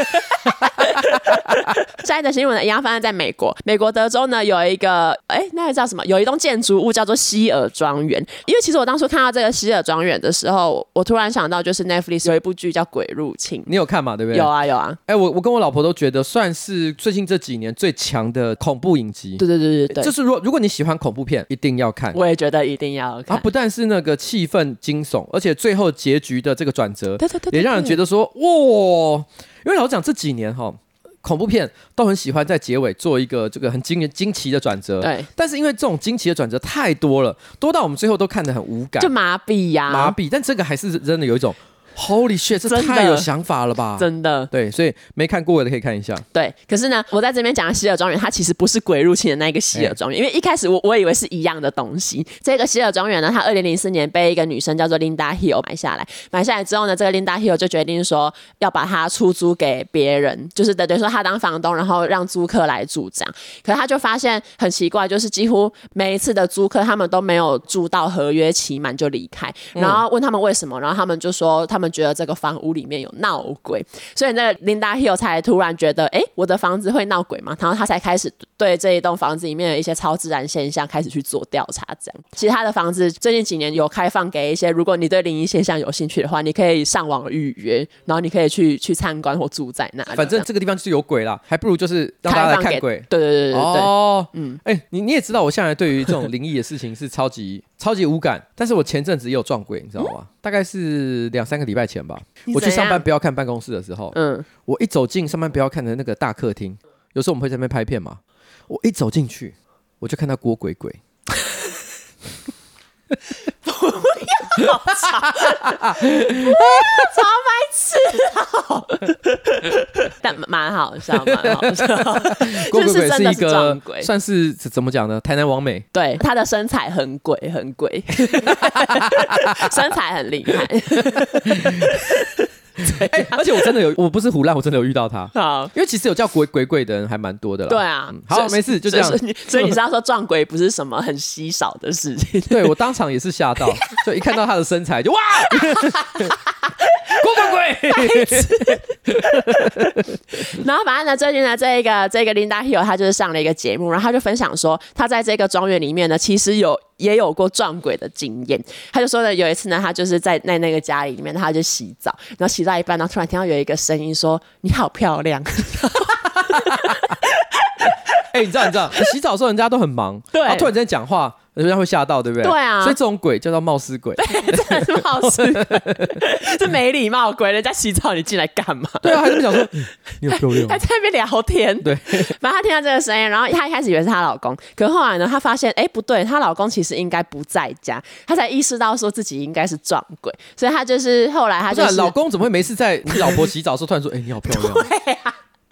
下一则新闻呢，一样发生在美国。美国德州呢有一个，哎、那个叫什么？有一栋建筑物叫做希尔庄园。因为其实我当初看到这个希尔庄园的时候，我突然想到就是 Netflix 有一部剧叫《鬼入侵》。你有看嘛？对不对？有。啊有啊，哎、我我跟我老婆都觉得算是最近这几年最强的恐怖影集。对对对对嗯就对，是如果如果你喜欢恐怖片，一定要看。我也觉得一定要它看。不但是那个气氛惊悚，而且最后结局的这个转折，对对对对也让人觉得说，哇！因为老实讲这几年哈，恐怖片都很喜欢在结尾做一个这个很惊人惊奇的转折。对，但是因为这种惊奇的转折太多了，多到我们最后都看得很无感就、麻痹呀、麻痹。但这个还是真的有一种 Holy shit，这真的太有想法了吧？真啊的。对，所以没看过的可以看一下。对，可是呢，我在这边讲的希尔庄园，它其实不是鬼入侵的那个希尔庄园，因为一开始我我以为是一样的东西。这个希尔庄园呢，它二零零四年被一个女生叫做 Linda Hill 买下来，买下来之后呢，这个 Linda Hill 就决定说要把它出租给别人，就是等于说她当房东，然后让租客来住这样。可是他就发现很奇怪，就是几乎每一次的嗯租客他们都没有住到合约期满就离开，然后问他们为什么，然后他们就说他们们觉得这个房屋里面有闹鬼，所以那个 Linda Hill 才突然觉得，哎、我的房子会闹鬼吗？然后他才开始对这一栋房子里面的一些超自然现象开始去做调查。这样，其实他的房子最近几年有开放给一些，如果你对灵异现象有兴趣的话，你可以上网预约，然后你可以去去参观或住在那里。反这正样这个地方就是有鬼啦，还不如就是让大家来开放给看鬼。对对对对对。哦，嗯，哎、你你也知道，我向来对于这种灵异的事情是超级超级无感，但是我前阵子也有撞鬼，你知道吗？大概是两三个礼拜前吧，你我去怎上班样不要看办公室的时候，嗯，我一走进上班不要看的那个大客厅，有时候我们会在那边拍片嘛，我一走进去，我就看到郭鬼鬼， 但蛮好笑，蛮好笑，郭鬼就是鬼真一的是个撞鬼。算是怎么讲呢？台南王美， 对，他的身材很鬼，很鬼， 身材很厉 害。哎、啊而且我真的有，我不是胡乱，我真的有遇到他。好，因为其实有叫鬼鬼鬼的人还蛮多的啦。对啊嗯，好，所以没事，就这样所。以所以你所以你是要说撞鬼不是什么很稀少的事情？ 对我当场也是吓到，就一看到他的身材就哇，郭鬼鬼，然后反正呢，最近呢，这一个这个 Linda Hill 她就是上了一个节目，然后她就分享说，她在这个庄园里面呢，其实有也有过撞鬼的经验。她就说呢，有一次呢，她就是在那那个家里面，她就洗澡，然后洗到一半，然后突然听到有一个声音说：“你好漂亮。 哎、你知道你知道，洗澡的时候人家都很忙，对然后突然间讲话，人家会吓到，对不对？对啊所以这种鬼叫做冒失鬼。”真的是冒 失鬼，这没礼貌鬼！人家洗澡你进来干嘛？对啊，还是想说嗯你有漂亮还吗，在那边聊天，对，反正她听到这个声音，然后她一开始以为是她老公，可后来呢，她发现哎、诶不对，她老公其实应该不在家，她才意识到说自己应该是撞鬼，所以她就是后来她不是就啊是老公怎么会没事在你老婆洗澡的时候突然说：“哎、你好漂亮。”对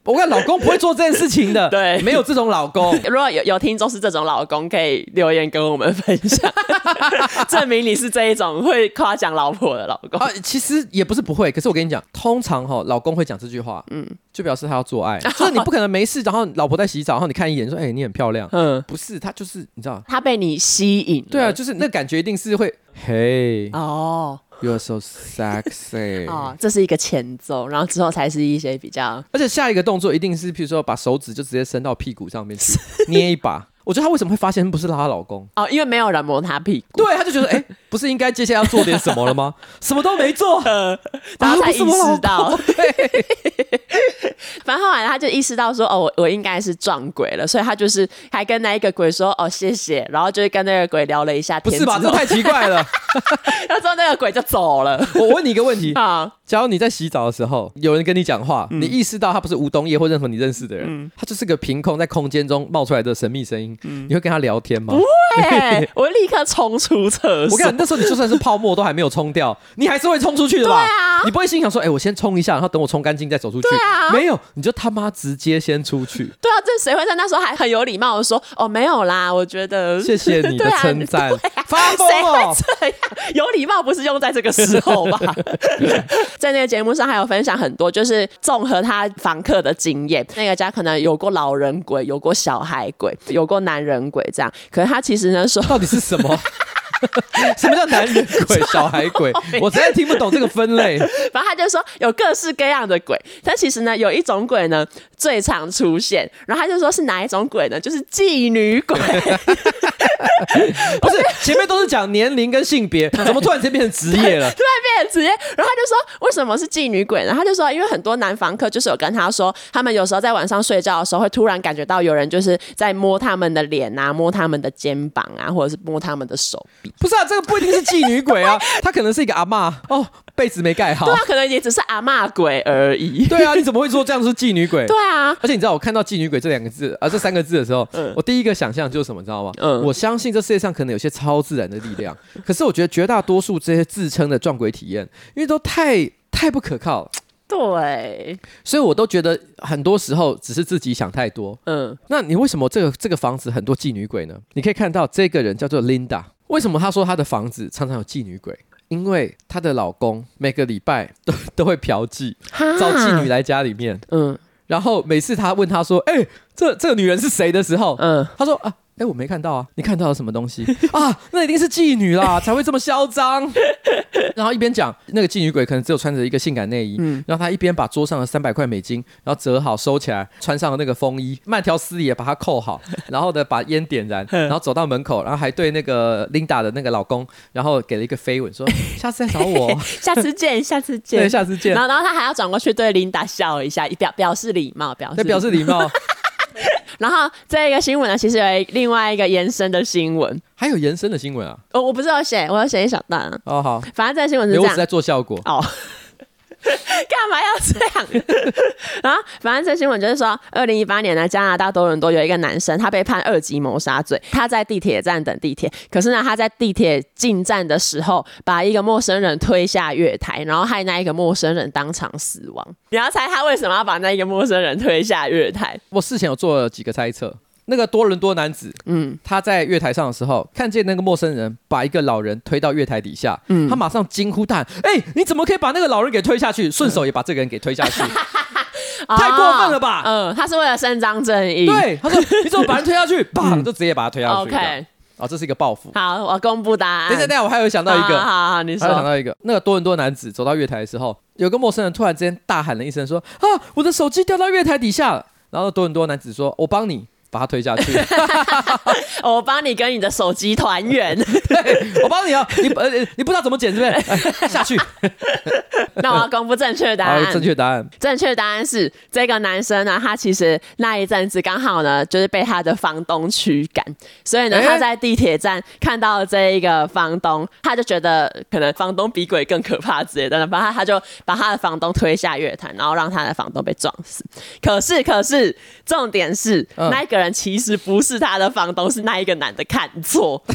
我看老公不会做这件事情的，对没有这种老公。如果有有听众是这种老公，可以留言跟我们分享， 证明你是这一种会夸奖老婆的老公。啊，其实也不是不会，可是我跟你讲，通常哈、老公会讲这句话，嗯，就表示他要做爱，就是你不可能没事，然后老婆在洗澡，然后你看一眼说，哎、你很漂亮，嗯，不是，他就是你知道，他被你吸引了，对啊，就是啊那感觉一定是会，Hey, 哦 you're so sexy，、哦，这是一个前奏，然后之后才是一些比较而且下一个动作一定是，譬如说把手指就直接伸到屁股上面 去捏一把，我觉得她为什么会发现不是她老公？哦，因为没有人摸他屁 股，对，她就觉得，哎、 不是应该接下来要做点什么了吗？ 什么都没做， 然后啊不才意是我老识到公， 对。 反正后来他就意识到说，哦，我我应该是撞鬼了，所以他就是还跟那一个鬼说，哦，谢谢，然后就是跟那个鬼聊了一下不天是之后，吧？这太奇怪 了！然后之后那个鬼就 走了我问你一个问题，啊，假如你在洗澡的时候，有人跟你讲话，你意识到他不是吴东业或任何你认识的人，他就是个凭空在空间中冒出来的神秘声音，你会跟他聊天吗？对， 我立刻冲出厕我所跟你，讲，那时候你就算是泡沫都还没有冲掉，你还是会冲出去的吧？对啊你不会心想说，哎、我先冲一下，然后等我冲干净再走出去。对啊。没有，你就他妈直接先出去 对啊，这谁会在那时候还很有礼貌的说，哦，没有啦，我觉得谢谢你的 对啊称赞，发疯 谁哦会！这样？有礼貌不是用在这个时 候吧？在那个节目上还有分享很多，就是综合他访客的经验，那个家可能有过老人鬼，有过小孩鬼，有过男人鬼这样。可是他其实呢说， 到底是什么？ 什么叫男人鬼、小孩 鬼？我实在听不懂这个分类。反正他就说有各式各样的鬼，但其实呢有一种鬼呢最常出现，然后他就说是哪一种鬼呢？就是妓女鬼。不是前面都是讲年龄跟性别，怎么突然间变成职业了？突然变直接，然后他就说为什么是妓女鬼呢？他就说因为很多男房客就是有跟他说，他们有时候在晚上睡觉的时候会突然感觉到有人就是在摸他们的脸啊，摸他们的肩膀啊，或者是摸他们的手。不是啊，这个不一定是妓女鬼 啊，她可能是一个阿嬷哦，被子没盖好对。啊，可能也只是阿嬷鬼而已。对啊，你怎么会说这样是妓女鬼？对啊，而且你知道我看到“妓女鬼”这两个字啊，这三个字的时候，我第一个想象就是什么，你知道吗？嗯我相信这世界上可能有些超自然的力量， 可是我觉得绝大多数这些自称的撞鬼体验，因为都太太不可靠了，对，所以我都觉得很多时候只是自己想太多。嗯，那你为什么这个这个房子很多妓女鬼呢？你可以看到这个人叫做 Linda，为什么她说她的房子常常有妓女鬼？因为她的老公每个礼拜都都会嫖妓，哈找妓女，来家里面，嗯然后每次她问她说：“哎、这这个女人是谁？”的时候，嗯，她说：“啊，哎，我没看到啊，你看到了什么东西 啊？那一定是妓女 啦，才会这么嚣张。 然后一边讲那个妓女鬼可能只有穿着一个性感内衣，嗯然后她一边把桌上的三百块美金，然后折好收起来，穿上那个风衣，慢条斯理也把它扣 好，然后呢把烟点燃，嗯然后走到门口，然后还对那个 Linda 的那个老公，然后给了一个飞 吻，说下次再找我， 下次见，下次 见，对，下次见然，后，然后他还要转过去对琳达笑一下，以表表示礼貌，表对，示表示礼貌。然后这一个新闻呢，其实有另外一个延伸的新闻，哦还有延伸的新闻啊，我我不是有写，我有写一小段啊。哦好，反正这个新闻是没有这我只样在做效果， 哦。干嘛要这样？ 然后，反正这新闻就是说，二零一八年呢，加拿大多伦多有一个男生，他被判二级谋杀罪。他在地铁站等地铁，可是呢，他在地铁进站的时候，把一个陌生人推下月台，然后害那一个陌生人当场死亡。你要猜他为什么要把那一个陌生人推下月台？我事前有做了几个猜测。那个多伦多男子，嗯，他在月台上的时候，看见那个陌生人把一个老人推到月台底下，嗯，他马上惊呼大喊：“哎、你怎么可以把那个老人给推下去？顺手也把这个人给推下去， 嗯太过分了吧哦嗯、他是为了伸张正义。对，他说：“你怎么把人推下去？”啪，就直接把他推下去。这样嗯，OK，哦，这是一个报复。好，我公布答案。等一下，等一下，我还有想到一好个，好好，你还有想说。到一个，那个多伦多男子走到月台的时候，有个陌生人突然之间大喊了一声说：“啊，我的手机掉到月台底下了。”然后多伦多男子说：“我帮你把他推下去。”哦我帮你跟你的手机团圆。 我帮你啊，你呃呃你不知道怎么剪是不是？哎下去，那我要公布正确答案。好，正确答案。正确答案是，这个男生呢，他其实那一阵子刚好呢，就是被他的房东驱赶，所以呢，诶他在地铁站看到这一个房东，他就觉得可能房东比鬼更可怕之类的，反正他就把他的房东推下月台，然后让他的房东被撞死。可是，可是重点是，嗯那一个人其实不是他的房东，是那一个男的看错，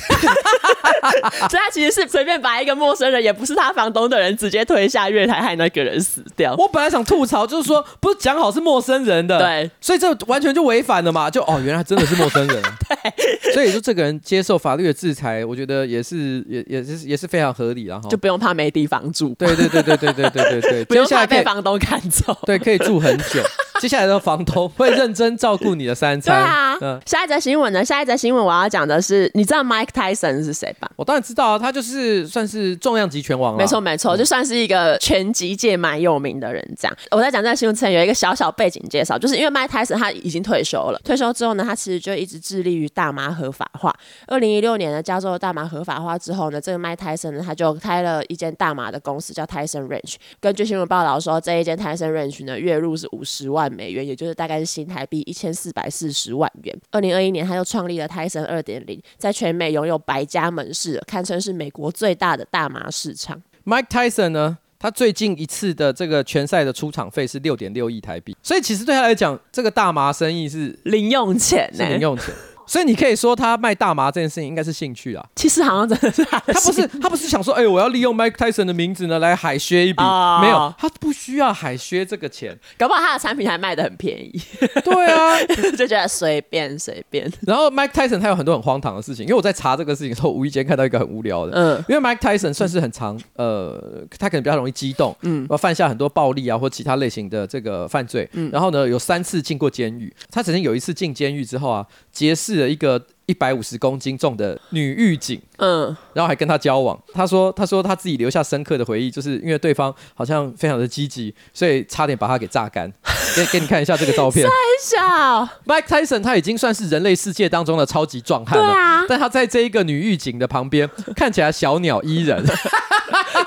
所以他其实是随便把一个陌生人，也不是他房东的人，直接推下月台，害那个人死掉。我本来想吐槽，就是说不是讲好是陌生人的，对，所以这完全就违反了嘛。就哦，原来真的是陌 生人，对，所以说这个人接受法律的制裁，我觉得也是也也是也是非常合理啊了哈就。不用怕没地方住，对对对对对对对 对对，不用接下怕来可被哦以房东赶 走。对可以住很 久，接下来的房东会认真照顾你的三对餐。啊，嗯，下一则新闻呢？下一则新闻我要讲的是，你知道 Mike Tyson 是谁吧？我当然知道啊，他就是算是重量级拳王了，没错，没错，就算是一个拳击界蛮有名的人。这样，我在讲这个新闻之前有一个小小背景介绍，就是因为麦泰森他已经退休了，退休之后呢，他其实就一直致力于大麻合法化。二零一六年呢，加州的大麻合法化之后呢，这个麦泰森呢，他就开了一间大麻的公司叫 Tyson Ranch。根据新闻报道说，这一间 Tyson Ranch 呢，月入是五十万美元，也就是大概是新台币一千四百四十万元。二零二一年，他又创立了 Tyson 二点零，在全美拥有百家门市，堪称是美国最大的大麻市场。 Mike Tyson 呢，他最近一次的这个拳赛的出场费是六点六亿台币，所以其实对他来讲，这个大麻生意是零用钱呢、是零用钱。所以你可以说他卖大麻这件事情应该是兴趣啊，其实好像真的是他的他不兴趣是他不是想说，哎、我要利用 Mike Tyson 的名字呢来海削一笔，哦没有，他不需要海削这个钱。搞不好他的产品还卖的很便宜， 对啊，就觉得随便随便。然后 Mike Tyson 他有很多很荒唐的事情，因为我在查这个事情的时候，无意间看到一个很无聊的，嗯，因为 Mike Tyson 算是很常，呃，他可能比较容易激动，嗯，犯下很多暴力啊或其他类型的这个犯罪，嗯然后呢有三次进过监狱，他曾经有一次进监狱之后啊，结识了一个一百五十公斤重的女狱警，嗯，然后还跟他交往。他说，他说他自己留下深刻的回忆，就是因为对方好像非常的积极，所以差点把他给榨干。 给给你看一下这个照 片很小， ，Mike Tyson 他已经算是人类世界当中的超级壮汉对了。啊，但他在这一个女狱警的旁边，看起来小鸟依人。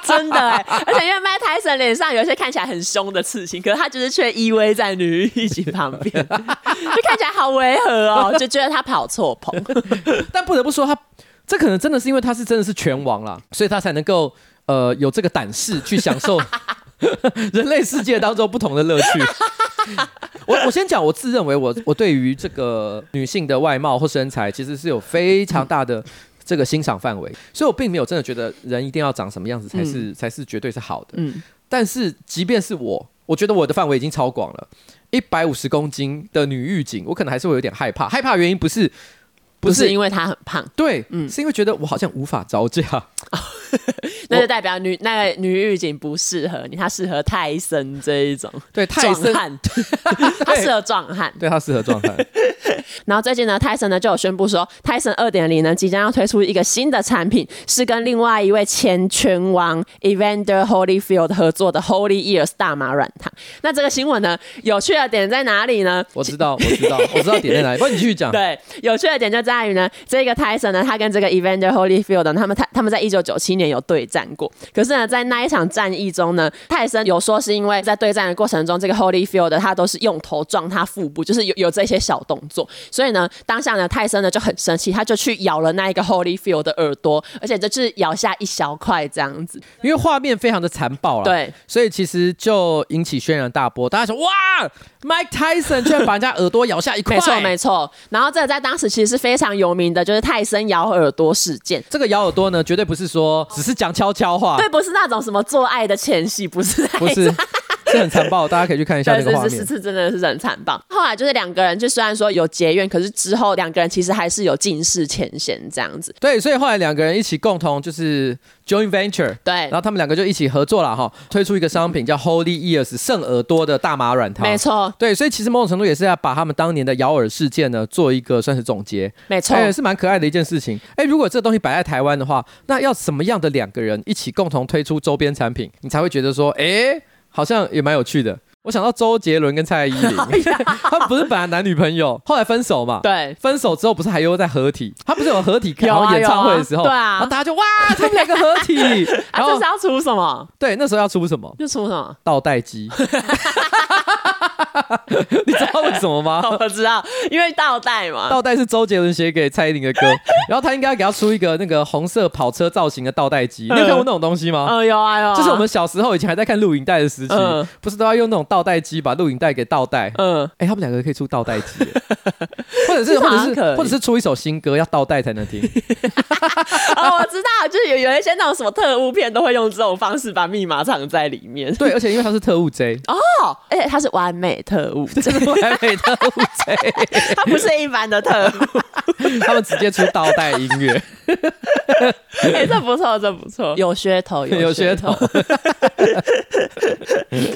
真 的哎、而且因为麦泰森脸上有一些看起来很凶的刺青，可是他就是却依偎在女狱警旁边， 就看起来好违和 哦，就觉得他跑错棚。但不得不说他，这可能真的是因为他是真的是拳王啦，所以他才能够呃有这个胆识去享受 人类世界当中不同的乐趣。 我我先讲，我自认为我我对于这个女性的外貌或身材，其实是有非常大的这个欣赏范围，所以我并没有真的觉得人一定要长什么样子才是、才是绝对是好的。嗯但是即便是我，我觉得我的范围已经超广了，一百五十公斤的女狱警，我可能还是会有点害怕。害怕的原因不是不是因为他很胖， 对，是因为觉得我好像无法招架，那就代表女那个女狱警不适合你，她适合泰森这一种对泰壮森，汉，她适合壮汉。对他适合 壮汉，然后最近呢，泰森呢就有宣布说，泰森二点零呢即将要推出一个新的产品，是跟另外一位前拳王 Evander Holyfield 合作的 Holy Ears 大麻软糖。那这个新闻呢，有趣的点在哪里呢？我知道，我知道，我知道点在哪里。不然你继续讲。对，有趣的点就在于呢，这个 Tyson 呢，他跟这个 Evander Holyfield 呢，他们他他们在一九九七年有对战过。可是呢，在那一场战役中呢，泰森有说是因为在对战的过程中，这个 Holyfield 他都是用头撞他腹部，就是有有这些小动作。所以呢，当下呢，泰森呢就很生气，他就去咬了那一个 Holyfield 的耳朵，而且就是咬下一小块这样子。因为画面非常的残暴了，对，所以其实就引起轩然大波。大家说哇，Mike Tyson 居然把人家耳朵咬下一块， 没错，没错。然后这个在当时其实是非常有名的，就是泰森咬耳朵事件。这个咬耳朵呢，绝对不是说只是讲悄悄话，对，不是那种什么做爱的前戏，不是那一不是，是很残暴。大家可以去看一下那个画对，是是面。是，真的是很残暴。后来就是两个人，就虽然说有结怨，可是之后两个人其实还是有尽释前嫌这样子。对，所以后来两个人一起共同就是 joint venture，对然，后他们两个就一起合作了哈，推出一个商品叫 Holy Ears 圣耳朵的大麻软糖。没错，对，所以其实某种程度也是要把他们当年的咬耳事件呢做一个算是总结，没错，哎、是蛮可爱的一件事情。哎、如果这东西摆在台湾的话，那要什么样的两个人一起共同推出周边产品，你才会觉得说，哎、好像也蛮有趣的。我想到周杰伦跟蔡依林， 哎他们不是本来男女朋友，后来分手嘛？。对。分手之后不是还又在合体？他不是有合体有然啊后演唱会的时候，有啊对啊然后大家就哇，他们两个合体，啊，然这后是要出什么？对，那时候要出什么？就出什么？ 倒带机。 你知道为什么吗？我知道，因为倒带嘛。倒带是周杰伦写给蔡依林的歌， 然后他应该给他出一个那个红色跑车造型的倒带机。你有看过那种东西吗？嗯，有嗯啊有啊。哦就是我们小时候以前还在看录影带的时期嗯，不是都要用那种倒带机把录影带给倒带？嗯，哎，他们两个可以出倒带 机，或者是这或好者像可是以或者是出一首新歌要倒带才能听。 哦，我知道，就是有有一些那种什么特务片都会用这种方式把密码藏在里面。对，而且因为他是特务 J，哦，而且他是完美特 务，这是完美特务 J，他不是一般的特 务。他们直接出倒带音乐，哎、这不错，这不错， 有噱头，有噱头。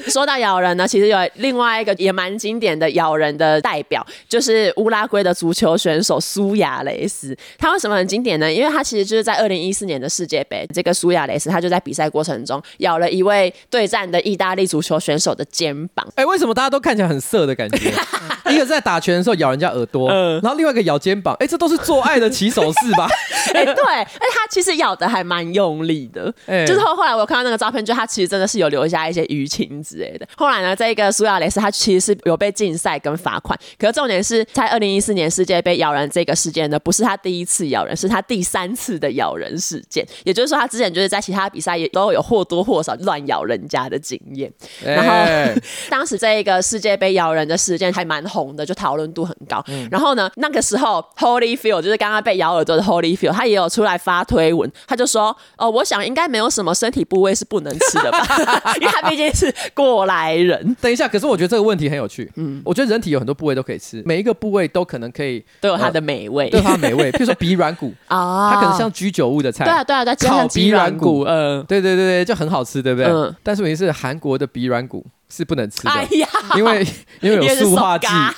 说到咬人呢，其实有另外一个也蛮经典的咬人的代表，就是乌拉圭的足球选手苏亚雷斯。他为什么很经典呢？因为他其实就是在二零一四年的世界杯，这个苏亚雷斯他就在比赛过程中咬了一位对战的意大利足球选手的肩膀。哎、为什么大家都看起来很色的感 觉？一个在打拳的时候咬人家耳朵，嗯然后另外一个咬肩膀，哎、这都是做爱的起手式 吧？哎、对，哎，他其实咬的还蛮用力的，哎就是后后来我有看到那个照片，就他其实真的是有留下一些淤青之类的。后来呢，这个苏亚雷斯他其实是有被禁赛跟罚款，可是重点是在二零一四年世界杯咬人这个事件呢，不是他第一次咬人，是他第三次的咬人事件，也就是说他之前就是在其他比赛也都有或多或少乱咬人家的经验。然后、哎 当时这一个世界杯咬人的事件还蛮红的，就讨论度很高。嗯然后呢，那个时候 Holyfield 就是刚刚被咬耳朵的 Holyfield，他也有出来发推文，他就说：“哦，我想应该没有什么身体部位是不能吃的 吧，因为他毕竟是过来人，等一下，可是我觉得这个问题很有趣。嗯，我觉得人体有很多部位都可以吃，每一个部位都可能可以都有他的美味哦对 它美味。譬如说鼻软骨，啊它可能像居酒屋的菜。对啊对啊对啊，加烤上鼻鸡软软骨骨，嗯，对对对对就很好吃，对不对？嗯但是问题是，韩国的鼻软骨是不能吃的，哎呀，因 为因为有因为是塑化剂。手嘎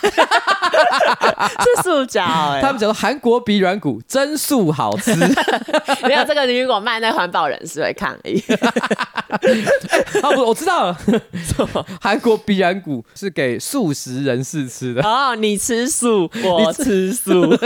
是塑胶哎、他们讲说韩国鼻软骨真素好 吃，没有这个，你如果卖那环保人士会抗议。 啊，不，我知道了，韩国鼻软骨是给素食人士吃的。哦，你吃素，我吃素。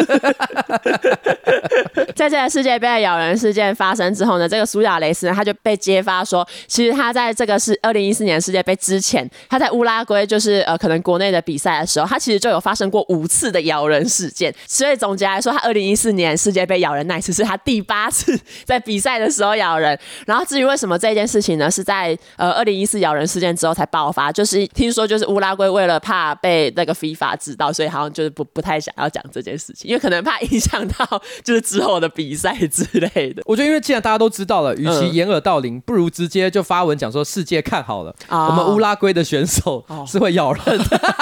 在这个世界杯的咬人事件发生之后呢，这个苏亚雷斯呢，他就被揭发说，其实他在这个是二零一四年世界杯之前，他在乌拉圭就是呃可能国内的比赛的时候，他其实就有发生过五次的咬人事件。所以总结来说，他二零一四年世界杯咬人那一次是他第八次在比赛的时候咬人。然后至于为什么这件事情呢，是在呃二零一四咬人事件之后才爆发，就是听说就是乌拉圭为了怕被那个 FIFA 知道，所以好像就是不不太想要讲这件事情，因为可能怕影响到就是之后的比赛之类的。 我觉得，因为既然大家都知道了，与其嗯掩耳盗铃，不如直接就发文讲说世界看好了，哦哦我们乌拉圭的选手是会咬人的。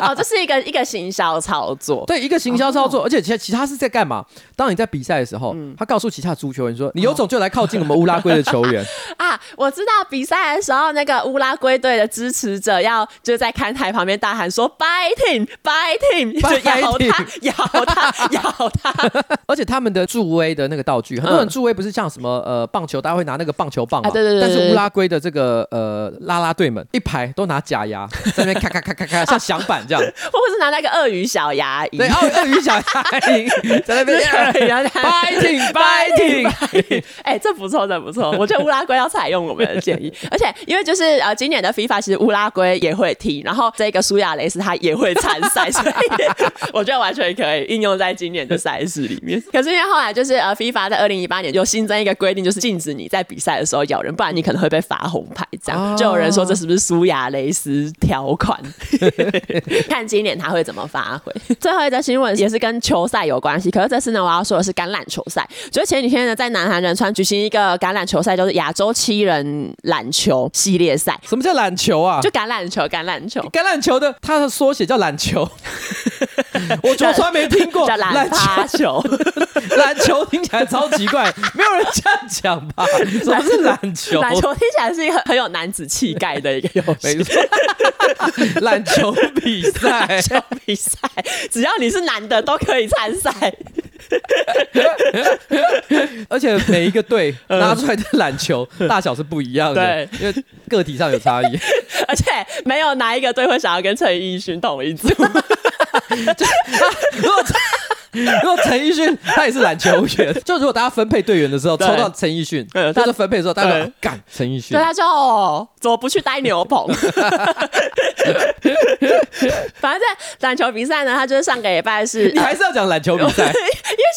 哦，这是一个一个行销操作。 对，一个行销操 作，而嗯且其他其他是在干嘛？当你在比赛的时候，他告诉其他足球员说：“你有种就来靠近我们乌拉圭的球员。啊，我知道比赛的时候，那个乌拉圭队的支持者要就在看台旁边大喊说 “fighting fighting”，就 Buy 咬他 Ting 咬他咬他。而且他们的助威的那个道具，很多人助威不是像什么呃棒球，大家会拿那个棒球棒嘛？嗯啊对对对但对是对乌拉圭的这个呃啦啦队们一排都拿假 牙，在那边咔咔咔咔咔，像响板这样。或者是拿那个鳄鱼小牙龈，对，哦鳄鳄鱼小 牙龈在那哎边哎然后他 fighting fighting。 哎、这不错，这不错，我觉得乌拉圭要采用我们的建议，而且因为就是呃，今年的 FIFA 其实乌拉圭也会踢，然后这个苏亚雷斯他也会参赛，所以我觉得完全可以应用在今年的赛事里面。可是因为后来就是呃，FIFA 在二零一八年就新增一个规定，就是禁止你在比赛的时候咬人，不然你可能会被罚红牌。这样、哦就有人说这是不是苏亚雷斯条 款？看今年他会怎么发挥。 最后一则新闻也是跟球赛有关系，可是这次呢，我要说的是橄榄球赛。就是前几天呢，在南韩仁川举行一个橄榄球赛，就是亚洲七人篮球系列赛，什么叫榄球啊？就橄榄球，橄榄 球。橄榄球的它的缩写叫榄 球，我从来没听过叫篮篮球。趴球，篮球听起来超奇怪，没有人这样讲 吧？什么是篮球？ 篮球听起来是一个很有男子气概的一个游戏没。错， 篮球比赛 篮。球比赛，只要你是男的都可以参赛。而且每一个 队拿出来的篮球大小是不一样的，因为个体上有差 异。而且没有哪一个队会想要跟陈奕迅同一组。如果如果陈奕迅他也是篮球员， 就如果大家分配队员的时候抽对到陈奕迅，嗯就是分配的时候大家对说干陈奕迅对，，他就哦怎么不去呆 牛棚？反正在篮球比赛呢，他就是上个礼拜是，。你还是要讲 篮球比赛 因为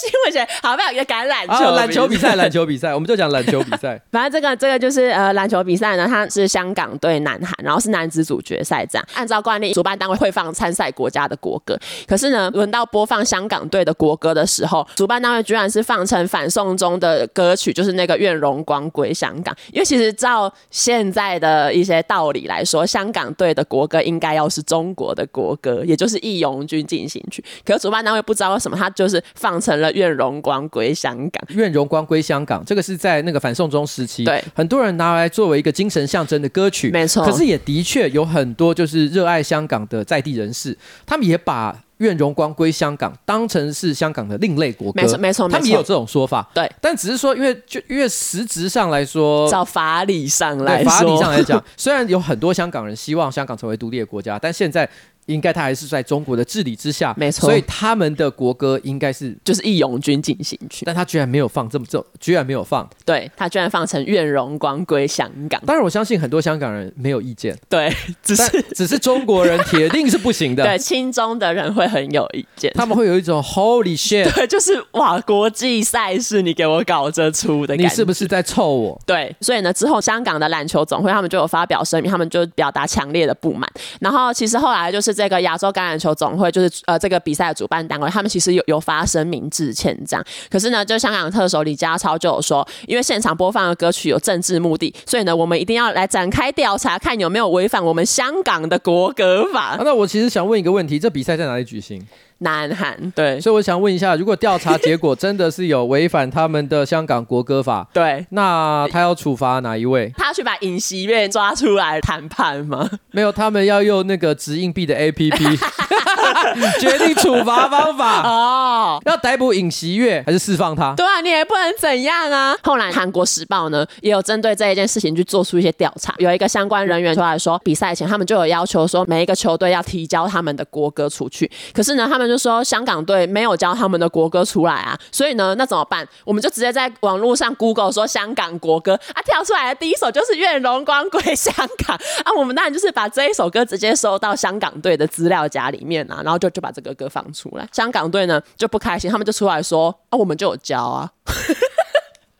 新闻写好不好？有橄榄啊，球。篮球比赛，篮球比赛，我们就讲篮球比赛反正这个这个就是呃篮球比赛呢，它是香港对南韩，然后是男子组决赛这样。按照惯例，主办单位会放参赛国家的国歌，可是呢，轮到播放香港队的国歌的时候，主办单位居然是放成反送中的歌曲，就是那个《愿荣光归香港》。因为其实照现在的一些道理来说，香港队的国歌应该要是中国的国歌，也就是《义勇军进行曲》。可是主办单位不知道为什么，他就是放成了《愿荣光归香港》。愿荣光归香港，这个是在那个反送中时期，对，很多人拿来作为一个精神象征的歌曲，没错可是也的确有很多就是热爱香港的在地人士，他们也把愿荣光归香港当成是香港的另类国歌，没错没错没错他们也有这种说法，对。但只是说，因为就因为实质上来说，照法理上来对说，法理上来讲， 虽然有很多香港人希望香港成为独立的国家，但现在应该他还是在中国的治理之下，没错所以他们的国歌应该是，就是《义勇军进行曲》，但他居然没有放这么重，居然没有放。对他居然放成《愿荣光归香港》，当然，我相信很多香港人没有意 见，对，只但是只是中国人铁定是不行对的，亲中的人会很有意见。他们会有一种 Holy shit，对，就是哇，国际赛事你给我搞这出的感你觉，是不是在臭我？对，所以呢，之后香港的篮球总会他们就有发表声明，他们就表达强烈的不满。然后其实后来就是这个亚洲橄榄球总会，就是呃这个比赛的主办单位，他们其实有有发声明致歉这样。可是呢，就香港特首李家超就有说，因为现场播放的歌曲有政治目的，所以呢，我们一定要来展开调查，看有没有违反我们香港的国歌法啊。那我其实想问一个问题：这比赛在哪里举行？南韩对所以我想问一下，如果调查结果真的是有违反他们的香港国歌 法，对。那他要处罚哪一位？他要去把尹锡悦抓出来谈判吗？没有，他们要用那个掷硬币的 APP 决定处罚方法，哦、要逮捕尹锡悦还是释放他？对啊，你也不能怎样啊。后来《韩国时报》呢也有针对这一件事情去做出一些调查，有一个相关人员出来说，比赛前他们就有要求说每一个球队要提交他们的国歌出去，可是呢，他们就说香港队没有交他们的国歌出来啊，所以呢，那怎么办？我们就直接在网络上 Google 说香港国歌啊，跳出来的第一首就是《愿荣光归香港》啊，我们当然就是把这一首歌直接收到香港队的资料夹里面啊，然后就就把这个歌放出 来。香港队呢就不开心，他们就出来说啊，我们就有交啊。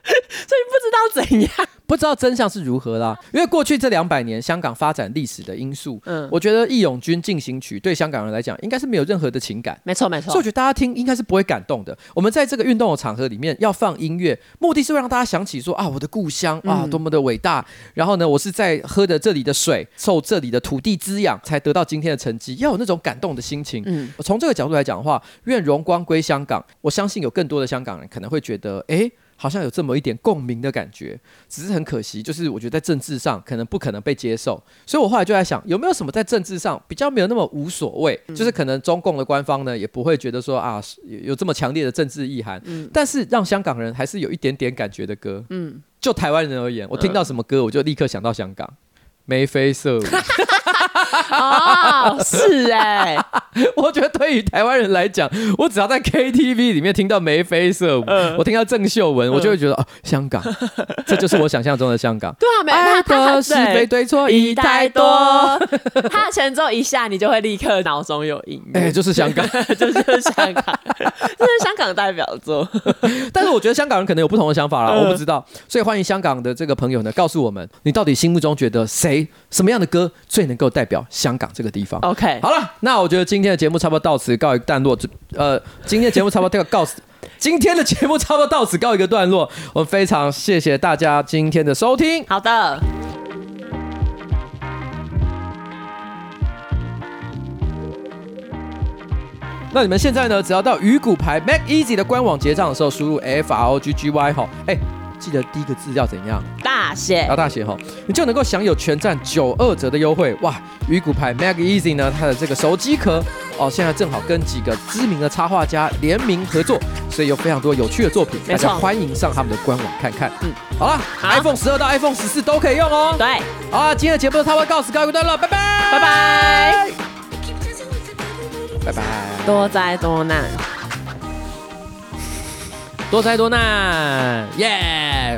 所以不知道怎样。不知道真相是如何啦。因为过去这两百年香港发展历史的因素，嗯我觉得《义勇军进行曲》对香港人来讲应该是没有任何的情感。没错没错所以我，觉得大家听应该是不会感动的。我们在这个运动的场合里面要放音乐，目的是会让大家想起说啊，我的故乡啊，嗯多么的伟大。然后呢，我是在喝着这里的水，受这里的土地滋养，才得到今天的成绩，要有那种感动的心情。嗯从这个角度来讲的话，愿荣光归香港，我相信有更多的香港人可能会觉得，诶，好像有这么一点共鸣的感觉，只是很可惜，就是我觉得在政治上可能不可能被接受，所以我后来就在想，有没有什么在政治上比较没有那么无所谓，就是可能中共的官方呢也不会觉得说啊有有这么强烈的政治意涵，但是让香港人还是有一点点感觉的歌，嗯，就台湾人而言，我听到什么歌我就立刻想到香港，眉飞色 舞。 哦，是哎、我觉得对于台湾人来讲，我只要在 KTV 里面听到眉飞色舞，我听到郑秀文，我就会觉得哦，香港，这就是我想象中的香港。对啊，没爱他他的他是非对 错一太多，他的前奏一下，你就会立刻脑中有音乐，哎、就是香港。这 就是香港，这是香港代表作。但是我觉得香港人可能有不同的想法啦，嗯我不知道，所以欢迎香港的这个朋友呢，告诉我们你到底心目中觉得谁什么样的歌最能够代表香港这个地方。 OK，好了，那我觉得今天的节目差不多到此告一段落。这呃，今天节目差不多告告，今天的节目差不多到此告一个段落。我们非常谢谢大家今天的收听。好的，那你们现在呢，只要到鱼骨牌 Mac Easy 的官网结账的时候，输入 F R O G G Y 哈，哎、记得第一个字要怎样？大写要大写哈，你就能够享有全站九二折的优惠哇！鱼骨牌 Mag Easy 呢，它的这个手机壳哦，现在正好跟几个知名的插画家联名合作，所以有非常多有趣的作品，没大错家欢迎上他们的官网看看。嗯嗯，好了好，iPhone 十二到 iPhone 十四都可以用哦。对，好啦，今天的节目就差不多告辞告一个段落，拜拜，拜，拜，拜拜，多灾多难。多灾多难，耶、